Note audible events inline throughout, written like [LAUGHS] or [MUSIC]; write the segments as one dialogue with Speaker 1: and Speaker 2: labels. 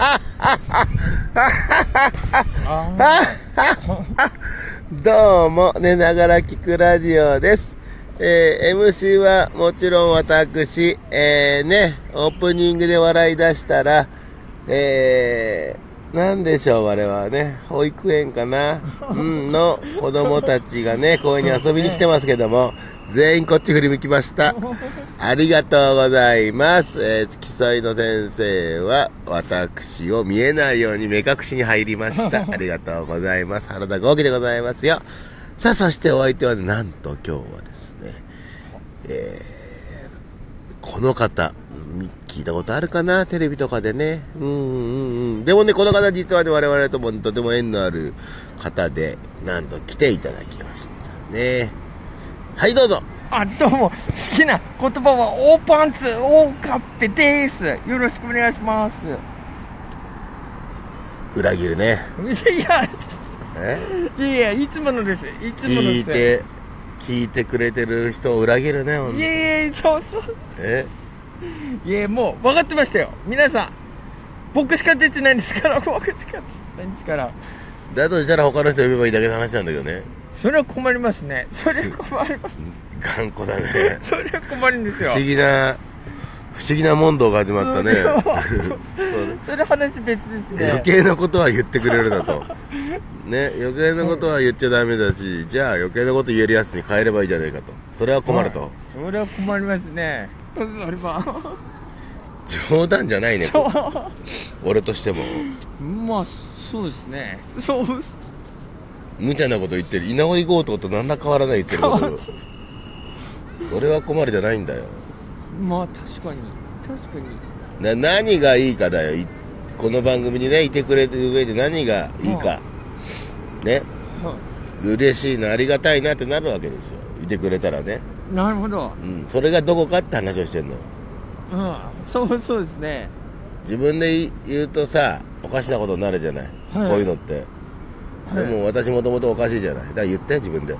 Speaker 1: [LAUGHS] どうも、寝ながら聞くラジオです。えー MC はもちろん私、えーね、オープニングで笑い出したら、えー、なんでしょう、我々はね、保育園かな、うん、の子供たちがね、公園に遊びに来てますけども、全員こっち振り向きました。ありがとうございます。えー、付き添いの先生は、私を見えないように目隠しに入りました。ありがとうございます。原田豪輝でございますよ。さあ、そしてお相手は、なんと今日はですね、えー、この方、うん聞いたことあるかなテレビとかでね。うんうんうん。でもね、この方実はね、我々ともとても縁のある方で、なんと来ていただきましたね。はい、どうぞ。
Speaker 2: [LAUGHS] あ、どうも、好きな言葉は、オーパンツ、オーカッペです。よろしくお願いします。
Speaker 1: 裏切るね。
Speaker 2: いや、
Speaker 1: え
Speaker 2: いやいや、いつものです。いつものです。
Speaker 1: 聞いて、聞いてくれてる人を裏切るね、ほんと
Speaker 2: いやいや、そうそう。
Speaker 1: え
Speaker 2: いや、もう、分かってましたよ。皆さん、僕しか出てないんですから、僕しか出てないんですから。
Speaker 1: だとしたら他の人呼べばいいだけの話なんだけどね。
Speaker 2: それは困りますね。それは困ります。
Speaker 1: 頑固だね。 [LAUGHS]
Speaker 2: それは困るんです
Speaker 1: 不
Speaker 2: よ。
Speaker 1: 思議な、不思議な問答が始まったね。
Speaker 2: [LAUGHS] それ話別です
Speaker 1: [LAUGHS]
Speaker 2: ね。
Speaker 1: 余計なことは言ってくれるなと。ね、余計なことは言っちゃダメだし、じゃあ余計なこと言えるやつに変えればいいじゃないかと。それは困る
Speaker 2: は
Speaker 1: と
Speaker 2: い。それは困りますね。それ [LAUGHS] は。
Speaker 1: 冗談じゃないね、こ俺としても。
Speaker 2: まあ、そうですね。そう。
Speaker 1: 無茶なこと言ってる。居直り強盗と何ら変わらない言ってること。それは困るじゃないんだよ。
Speaker 2: まあ、確かに。確かに。
Speaker 1: な何がいいかだよいこの番組にねいてくれる上で何がいいか、ね
Speaker 2: は
Speaker 1: 嬉しいなありがたいなってなるわけですよいてくれたらね、
Speaker 2: いなるほど。
Speaker 1: うん、それがどこかって話をしてんの
Speaker 2: うん。そう、そうですね。
Speaker 1: 自分でい言うとさおかしなことになるじゃない、
Speaker 2: はい
Speaker 1: こういうのって、
Speaker 2: は
Speaker 1: で
Speaker 2: い
Speaker 1: も私もともとおかしいじゃないだから言って自分で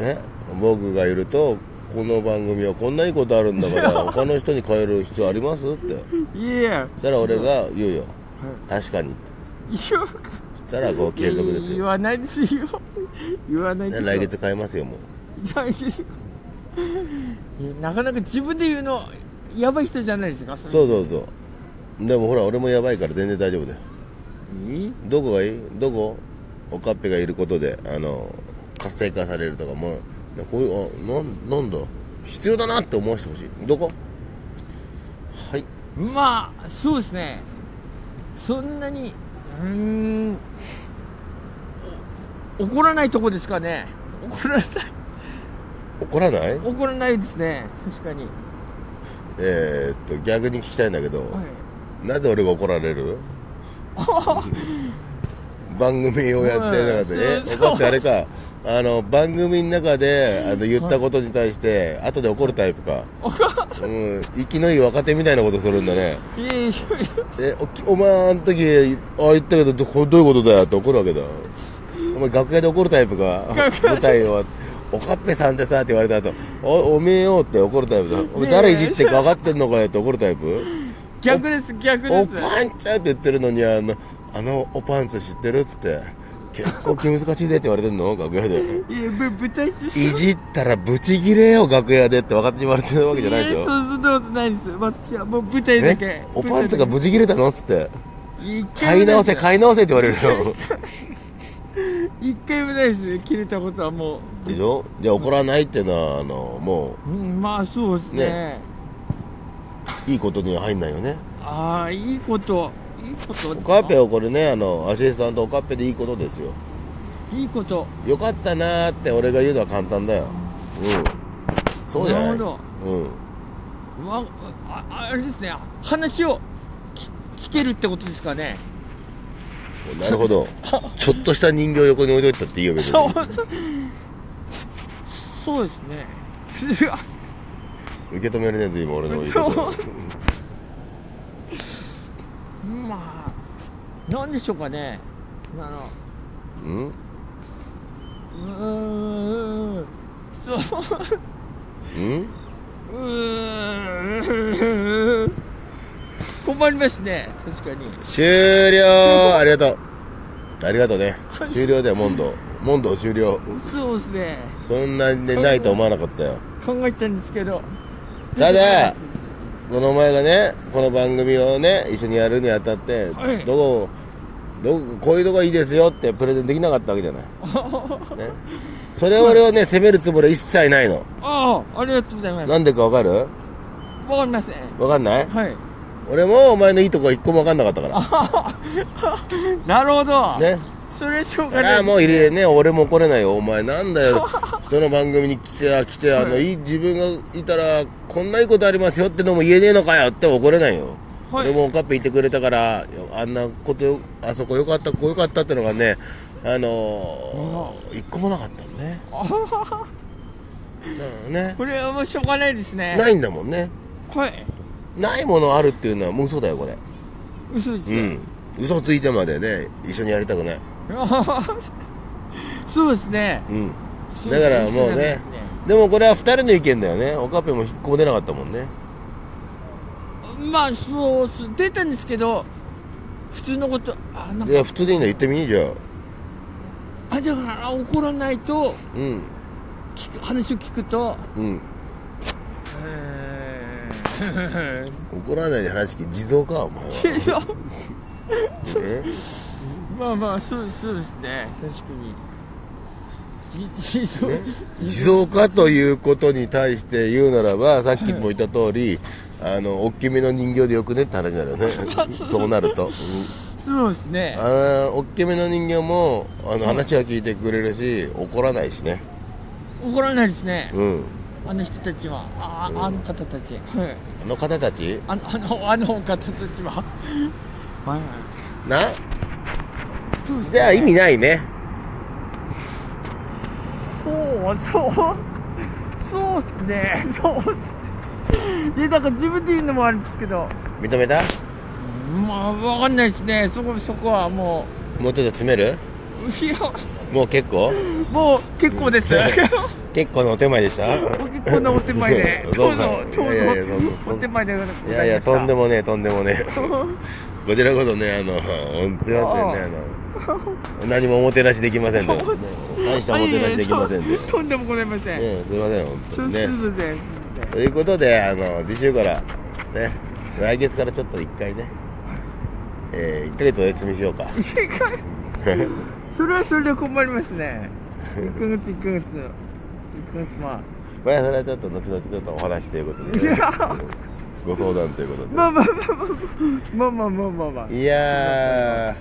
Speaker 2: え
Speaker 1: ね僕がいるとこの番組はこんないいことあるんだ
Speaker 2: [LAUGHS]
Speaker 1: から他の人に変える必要ありますって
Speaker 2: いや。
Speaker 1: そしたら俺が言うよ
Speaker 2: は
Speaker 1: 確かにって
Speaker 2: い言わ
Speaker 1: そしたらこう継続ですよ
Speaker 2: 言わないですよ。言わないです
Speaker 1: ね
Speaker 2: よ。
Speaker 1: 来月買えますよもう
Speaker 2: 来月。いやなかなか自分で言うの、やばい人じゃないですか。それ
Speaker 1: そうそうそうでもほら俺もやばいから全然大丈夫だよ
Speaker 2: え
Speaker 1: どこがいいどこおかっぺがいることであの活性化されるとかもうこういうあなんなんだ必要だなって思わせてほしいどこはい
Speaker 2: まあそうですねそんなにうーんお怒らないとこですかね怒らない
Speaker 1: 怒らない
Speaker 2: 怒らないですね確かに、
Speaker 1: えー、っと逆に聞きたいんだけど、
Speaker 2: はい、
Speaker 1: なぜ俺が怒られる番組をやってる中で、
Speaker 2: うん
Speaker 1: え、怒ってあれか、あの、番組の中で、あの、言ったことに対して、後で怒るタイプか。うん、生きのいい若手みたいなことするんだね。
Speaker 2: いやいやい
Speaker 1: え、おきお前、あの時、ああ言ったけど、どこれどういうことだよって怒るわけだ。お前、楽屋で怒るタイプか。舞台を、おかっぺさんってさ、って言われた後、お、おめえよって怒るタイプだ。お前、誰いじってか分かってんのかよって怒るタイプ
Speaker 2: や逆です逆で
Speaker 1: お
Speaker 2: す
Speaker 1: パンチャーって言ってるのに、あの、あのおパンツ知ってるっつって、結構気難しいぜって言われてんの [LAUGHS] 楽屋で。
Speaker 2: いやぶ舞台中
Speaker 1: いじったらブチギレよ、楽屋でって分かって言われてるわけじゃないでし
Speaker 2: や
Speaker 1: ょ
Speaker 2: そ。んなことないです私はもう舞台だけ、
Speaker 1: ね、おパンツがブチギレたのっつって、
Speaker 2: いや一回
Speaker 1: 買
Speaker 2: も
Speaker 1: い
Speaker 2: な
Speaker 1: 直
Speaker 2: いで
Speaker 1: せ、
Speaker 2: す
Speaker 1: 買い直せって言われるよ。
Speaker 2: 一回もないですね切れたことはも
Speaker 1: でしょじゃあ怒らないっていうのは、あの、も
Speaker 2: う、うん、まあそうです
Speaker 1: ね
Speaker 2: ね
Speaker 1: う、いいことには入んないよね。
Speaker 2: ああいいこといいことですか
Speaker 1: おかっぺはこれね、あの、アシスタントおかっぺでいいことですよ。
Speaker 2: いいこと
Speaker 1: よかったなーって俺が言うのは簡単だよ。うん。そうじゃない。
Speaker 2: なるほ
Speaker 1: うん。
Speaker 2: わあああれですね話をき聞けるってことですかね
Speaker 1: なるほど。ちょっとした人形横に置いといたっていいよ、別
Speaker 2: そう
Speaker 1: に。
Speaker 2: そうそうですね
Speaker 1: 受け止めるね、随分俺の言う
Speaker 2: そ
Speaker 1: こ
Speaker 2: うまあなんでしょうかねあの
Speaker 1: と。うん
Speaker 2: うーんそう
Speaker 1: うん
Speaker 2: うーんう困りますね。確かに。
Speaker 1: 終了ありがとう。ありがとうね。終了だよ、モンド。モンド終了。
Speaker 2: そうですね。
Speaker 1: そんなにねないと思わなかったよ。
Speaker 2: 考えてたんですけど。
Speaker 1: た
Speaker 2: [LAUGHS]
Speaker 1: だ、このお前がね、この番組をね、一緒にやるにあたって
Speaker 2: はい、
Speaker 1: どこ、どこ、こういうとこいいですよってプレゼンできなかったわけじゃない。ね。それを俺をね、責めるつもりは一切ないの。
Speaker 2: ああ、ありがとうございます。
Speaker 1: なんでかわかる
Speaker 2: わかりません。
Speaker 1: わかんない
Speaker 2: はい。
Speaker 1: 俺もお前のいいとこ一個もわかんなかったか
Speaker 2: なるほど。
Speaker 1: ら。ね。
Speaker 2: それしょう
Speaker 1: そ
Speaker 2: が
Speaker 1: れ
Speaker 2: ない。
Speaker 1: はもう入れね俺も来れないよお前なんだよ人の番組に来てや来てあの、
Speaker 2: はい
Speaker 1: い、自分がいたらこんないいことありますよってのも言えねえのかよって怒れないよ、
Speaker 2: はい
Speaker 1: 俺もおかっぺいてくれたからいやあんなことよあそこよかったここよかったってのがねあのー一個もなかったのねだからね
Speaker 2: [LAUGHS] これはもうしょうがないですね。
Speaker 1: ないんだもんね
Speaker 2: はい。
Speaker 1: ないものあるっていうのはもう嘘だよこれ
Speaker 2: 嘘です
Speaker 1: う
Speaker 2: よ。
Speaker 1: ん嘘ついてまでね一緒にやりたくない
Speaker 2: [LAUGHS] そうですね。
Speaker 1: うんだからもうねでもこれは二人の意見だよねオカペも引っ込も出なかったもんね
Speaker 2: まあそうっす出たんですけど普通のことあなん
Speaker 1: い
Speaker 2: か
Speaker 1: や普通でいいんだ言ってみいいじゃん
Speaker 2: あだから怒らないと
Speaker 1: うん
Speaker 2: 聞く話を聞くと
Speaker 1: うん怒らないで話聞き地蔵かお [LAUGHS] 前は、
Speaker 2: けど
Speaker 1: ね
Speaker 2: まあまあそうそうですね確かにじじそう
Speaker 1: ね地蔵かということに対して言うなら [LAUGHS] ばさっきも言った通りあの大きめの人形でよくねって話になるよ [LAUGHS] ねそうなると、うん
Speaker 2: そうですね
Speaker 1: あー大きめの人形もあの話は聞いてくれるし怒らないしね
Speaker 2: 怒らないですね
Speaker 1: うん
Speaker 2: あの人たちはあああの方たちはい
Speaker 1: あの方たち
Speaker 2: あのあのあの方たちははい
Speaker 1: な
Speaker 2: そうですね
Speaker 1: じゃあ意味ないね
Speaker 2: そう、そう、そうっすね、そうっすね。いや、だから自分で言うのもあるんですけど、
Speaker 1: 認めた
Speaker 2: まあ、わかんないですね、そこ、そこはも
Speaker 1: もうちょっと詰める
Speaker 2: う、いや、
Speaker 1: もう結構
Speaker 2: もう結構です。
Speaker 1: 結構のお手前でした、
Speaker 2: こんなお手前
Speaker 1: [LAUGHS]
Speaker 2: でちょうど、ちょ
Speaker 1: いやいやどう
Speaker 2: う
Speaker 1: ぞ
Speaker 2: ど、お手前でございました。
Speaker 1: いやいやとんでもねえとんでもね
Speaker 2: [LAUGHS]
Speaker 1: えこちらこそねあの本当に
Speaker 2: ああ
Speaker 1: ねあの何もおもてなしできません
Speaker 2: [LAUGHS]
Speaker 1: で、ね、大したおもてなしできませんで、
Speaker 2: いやいやととんでもございません。
Speaker 1: ね、すいません本
Speaker 2: ち
Speaker 1: 当
Speaker 2: ょっ
Speaker 1: に
Speaker 2: とす
Speaker 1: ね
Speaker 2: いません。すいません
Speaker 1: ということであの次週からね来月からちょっと一回ねえー、1ヶ月お休みしよう
Speaker 2: [LAUGHS]
Speaker 1: か
Speaker 2: 一回 [LAUGHS] それはそれで困りますね。1ヶ月、1ヶ月、1ヶ月、まあ。
Speaker 1: まあそれはちょっと後々ちょっとお話ということ
Speaker 2: い
Speaker 1: で、ね
Speaker 2: や、
Speaker 1: ご相談ということで
Speaker 2: まあまあまあまあまあまあまあまあまあ。
Speaker 1: いやー、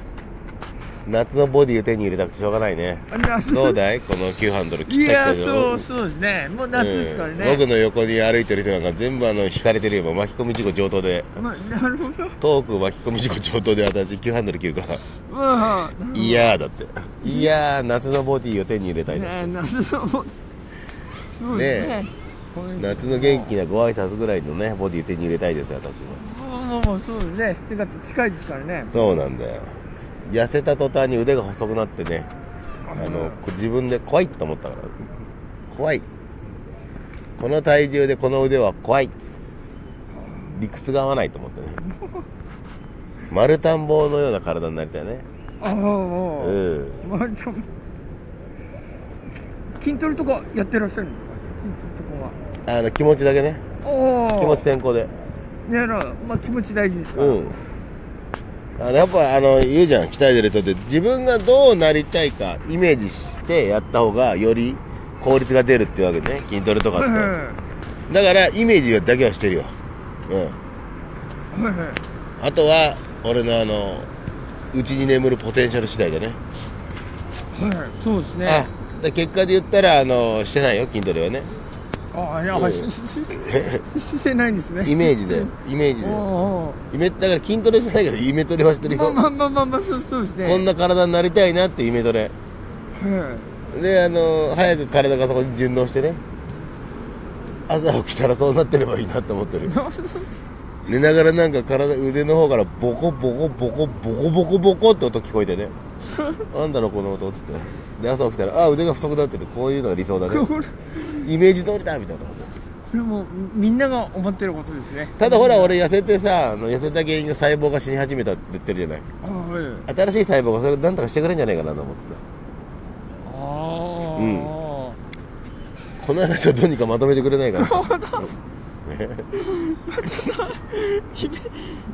Speaker 1: 夏のボディを手に入れたくてしょうがないね。
Speaker 2: 夏
Speaker 1: どうだいこ [LAUGHS] の9ハンドル
Speaker 2: い
Speaker 1: 切った
Speaker 2: や、
Speaker 1: きた
Speaker 2: そうそうですね。もう夏ですからね。
Speaker 1: 僕の横に歩いてる人なんか全部あの引かれてるよもう巻き込み事故上等で
Speaker 2: まあ、なるほど。
Speaker 1: トーク巻き込み事故上等で私9ハンドル切るから [LAUGHS]
Speaker 2: まあ、
Speaker 1: いやーだっていやー夏のボディを手に入れたいで
Speaker 2: ね
Speaker 1: す
Speaker 2: 夏そう。そうですね
Speaker 1: ね。夏の元気なご挨拶ぐらいのねボディを手に入れたいです私は
Speaker 2: もうもうもうそうですね。7月近いですからね。
Speaker 1: そうなんだよ痩せた途端に腕が細くなってねあの自分で怖いと思ったから怖いこの体重でこの腕は怖い理屈が合わないと思ってね丸田んぼのような体になりたいね
Speaker 2: ああ、
Speaker 1: う
Speaker 2: もう。
Speaker 1: ん
Speaker 2: まあ、でも筋トレとかやってらっしゃるんですか筋トレとかは。
Speaker 1: あの気持ちだけね
Speaker 2: おお。
Speaker 1: 気持ち先行で
Speaker 2: ねえな、まあ気持ち大事ですか
Speaker 1: う
Speaker 2: ら。
Speaker 1: んあのやっぱあの言うじゃん鍛えてる人って自分がどうなりたいかイメージしてやった方がより効率が出るっていうわけね筋トレとかっ
Speaker 2: はいはい
Speaker 1: てだからイメージだけはしてるようん
Speaker 2: はいはい。
Speaker 1: あとは俺のあのうちに眠るポテンシャル次第でね
Speaker 2: はい、そうです
Speaker 1: あ
Speaker 2: ね。
Speaker 1: で結果で言ったらあのしてないよ筋トレ
Speaker 2: [LAUGHS]
Speaker 1: はね
Speaker 2: ああ、いや、
Speaker 1: うん
Speaker 2: し、し、し、ししてないんですね。
Speaker 1: イメージだよイメージだよ
Speaker 2: お
Speaker 1: イメだから筋トレしてないけどイメトレはしてる
Speaker 2: ー
Speaker 1: よ、
Speaker 2: おーまあまあまあまあまあ、そうそうですね。
Speaker 1: こんな体になりたいなってイメトレ
Speaker 2: はい
Speaker 1: であの早く体がそこに順応してね朝起きたらそうなってればいいなと思ってるよ寝ながらなんか体腕の方からボコボコボコボコボコボコって音聞こえて
Speaker 2: [LAUGHS]
Speaker 1: ねなんだろうこの音っつって
Speaker 2: [LAUGHS]
Speaker 1: で朝起きたらあ腕が太くなってるこういうのが理想だね
Speaker 2: これ
Speaker 1: イメージ通りだみたいなこと
Speaker 2: それもみんなが思ってることですね
Speaker 1: ただほら俺痩せてさあの痩せた原因が細胞が死に始めたって言ってるじゃない
Speaker 2: あはい
Speaker 1: 新しい細胞がそれをなんとかしてくれるんじゃないかなと思って
Speaker 2: あ
Speaker 1: う
Speaker 2: ー、
Speaker 1: んさ
Speaker 2: [LAUGHS]
Speaker 1: この話をどうにかまとめてくれないかな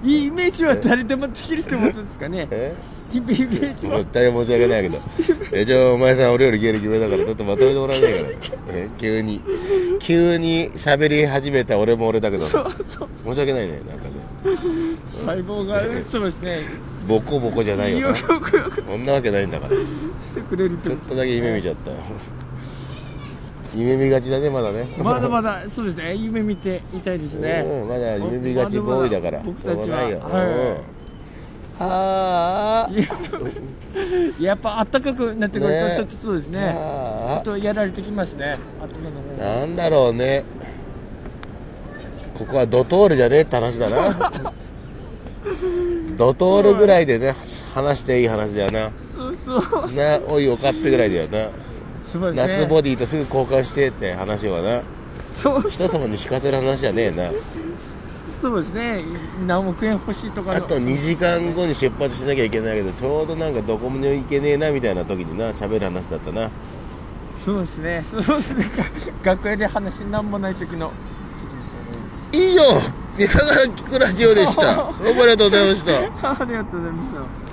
Speaker 2: いいイメージは誰でもできるってことですかね
Speaker 1: え
Speaker 2: イメージは
Speaker 1: もう大変申し訳ないけどえじゃあお前さん俺より芸歴上だからちょっとまとめてもらえないから
Speaker 2: [LAUGHS]
Speaker 1: え急に急に喋り始めた俺も俺だけど
Speaker 2: そ
Speaker 1: 申
Speaker 2: うそう
Speaker 1: し訳ないねなんかね
Speaker 2: 細胞がそうですね
Speaker 1: ボコボコじゃないよ
Speaker 2: よ
Speaker 1: な
Speaker 2: くよくよく
Speaker 1: そんなわけないんだから
Speaker 2: してくれるって
Speaker 1: ちょっ
Speaker 2: こと
Speaker 1: だけ夢見ちゃったよ夢見がちだねまだね
Speaker 2: とまだまだそうですね夢見ていたいですね
Speaker 1: うんまだ夢見がちボーイだから
Speaker 2: 僕たち
Speaker 1: しょ
Speaker 2: は
Speaker 1: うがないよ、
Speaker 2: はい
Speaker 1: うんあー
Speaker 2: やっぱ暖かくなってくると
Speaker 1: ね
Speaker 2: ちょっとそうですねちょ
Speaker 1: あ
Speaker 2: っとやられてきますね頭の
Speaker 1: ー
Speaker 2: 方
Speaker 1: なんだろうねここはドトールじゃねえって話だなドトールぐらいでね話していい話だよな
Speaker 2: そうそう
Speaker 1: なおいおかっぺぐらいだよな
Speaker 2: そうですね
Speaker 1: 夏ボディとすぐ交換してって話はな
Speaker 2: そう
Speaker 1: 人様に聞かせる話じゃねえな
Speaker 2: そうですね何億円欲しいとか
Speaker 1: あ
Speaker 2: の
Speaker 1: と2時間後に出発しなきゃいけないけどちょうどなんかどこも行けねえなみたいな時にな喋る話だったな
Speaker 2: そうですねそうですね楽屋で話なんもない時の [LAUGHS]
Speaker 1: いいよ見ながら聞くラジオでしたどうもありがとうございました
Speaker 2: ありがとうございました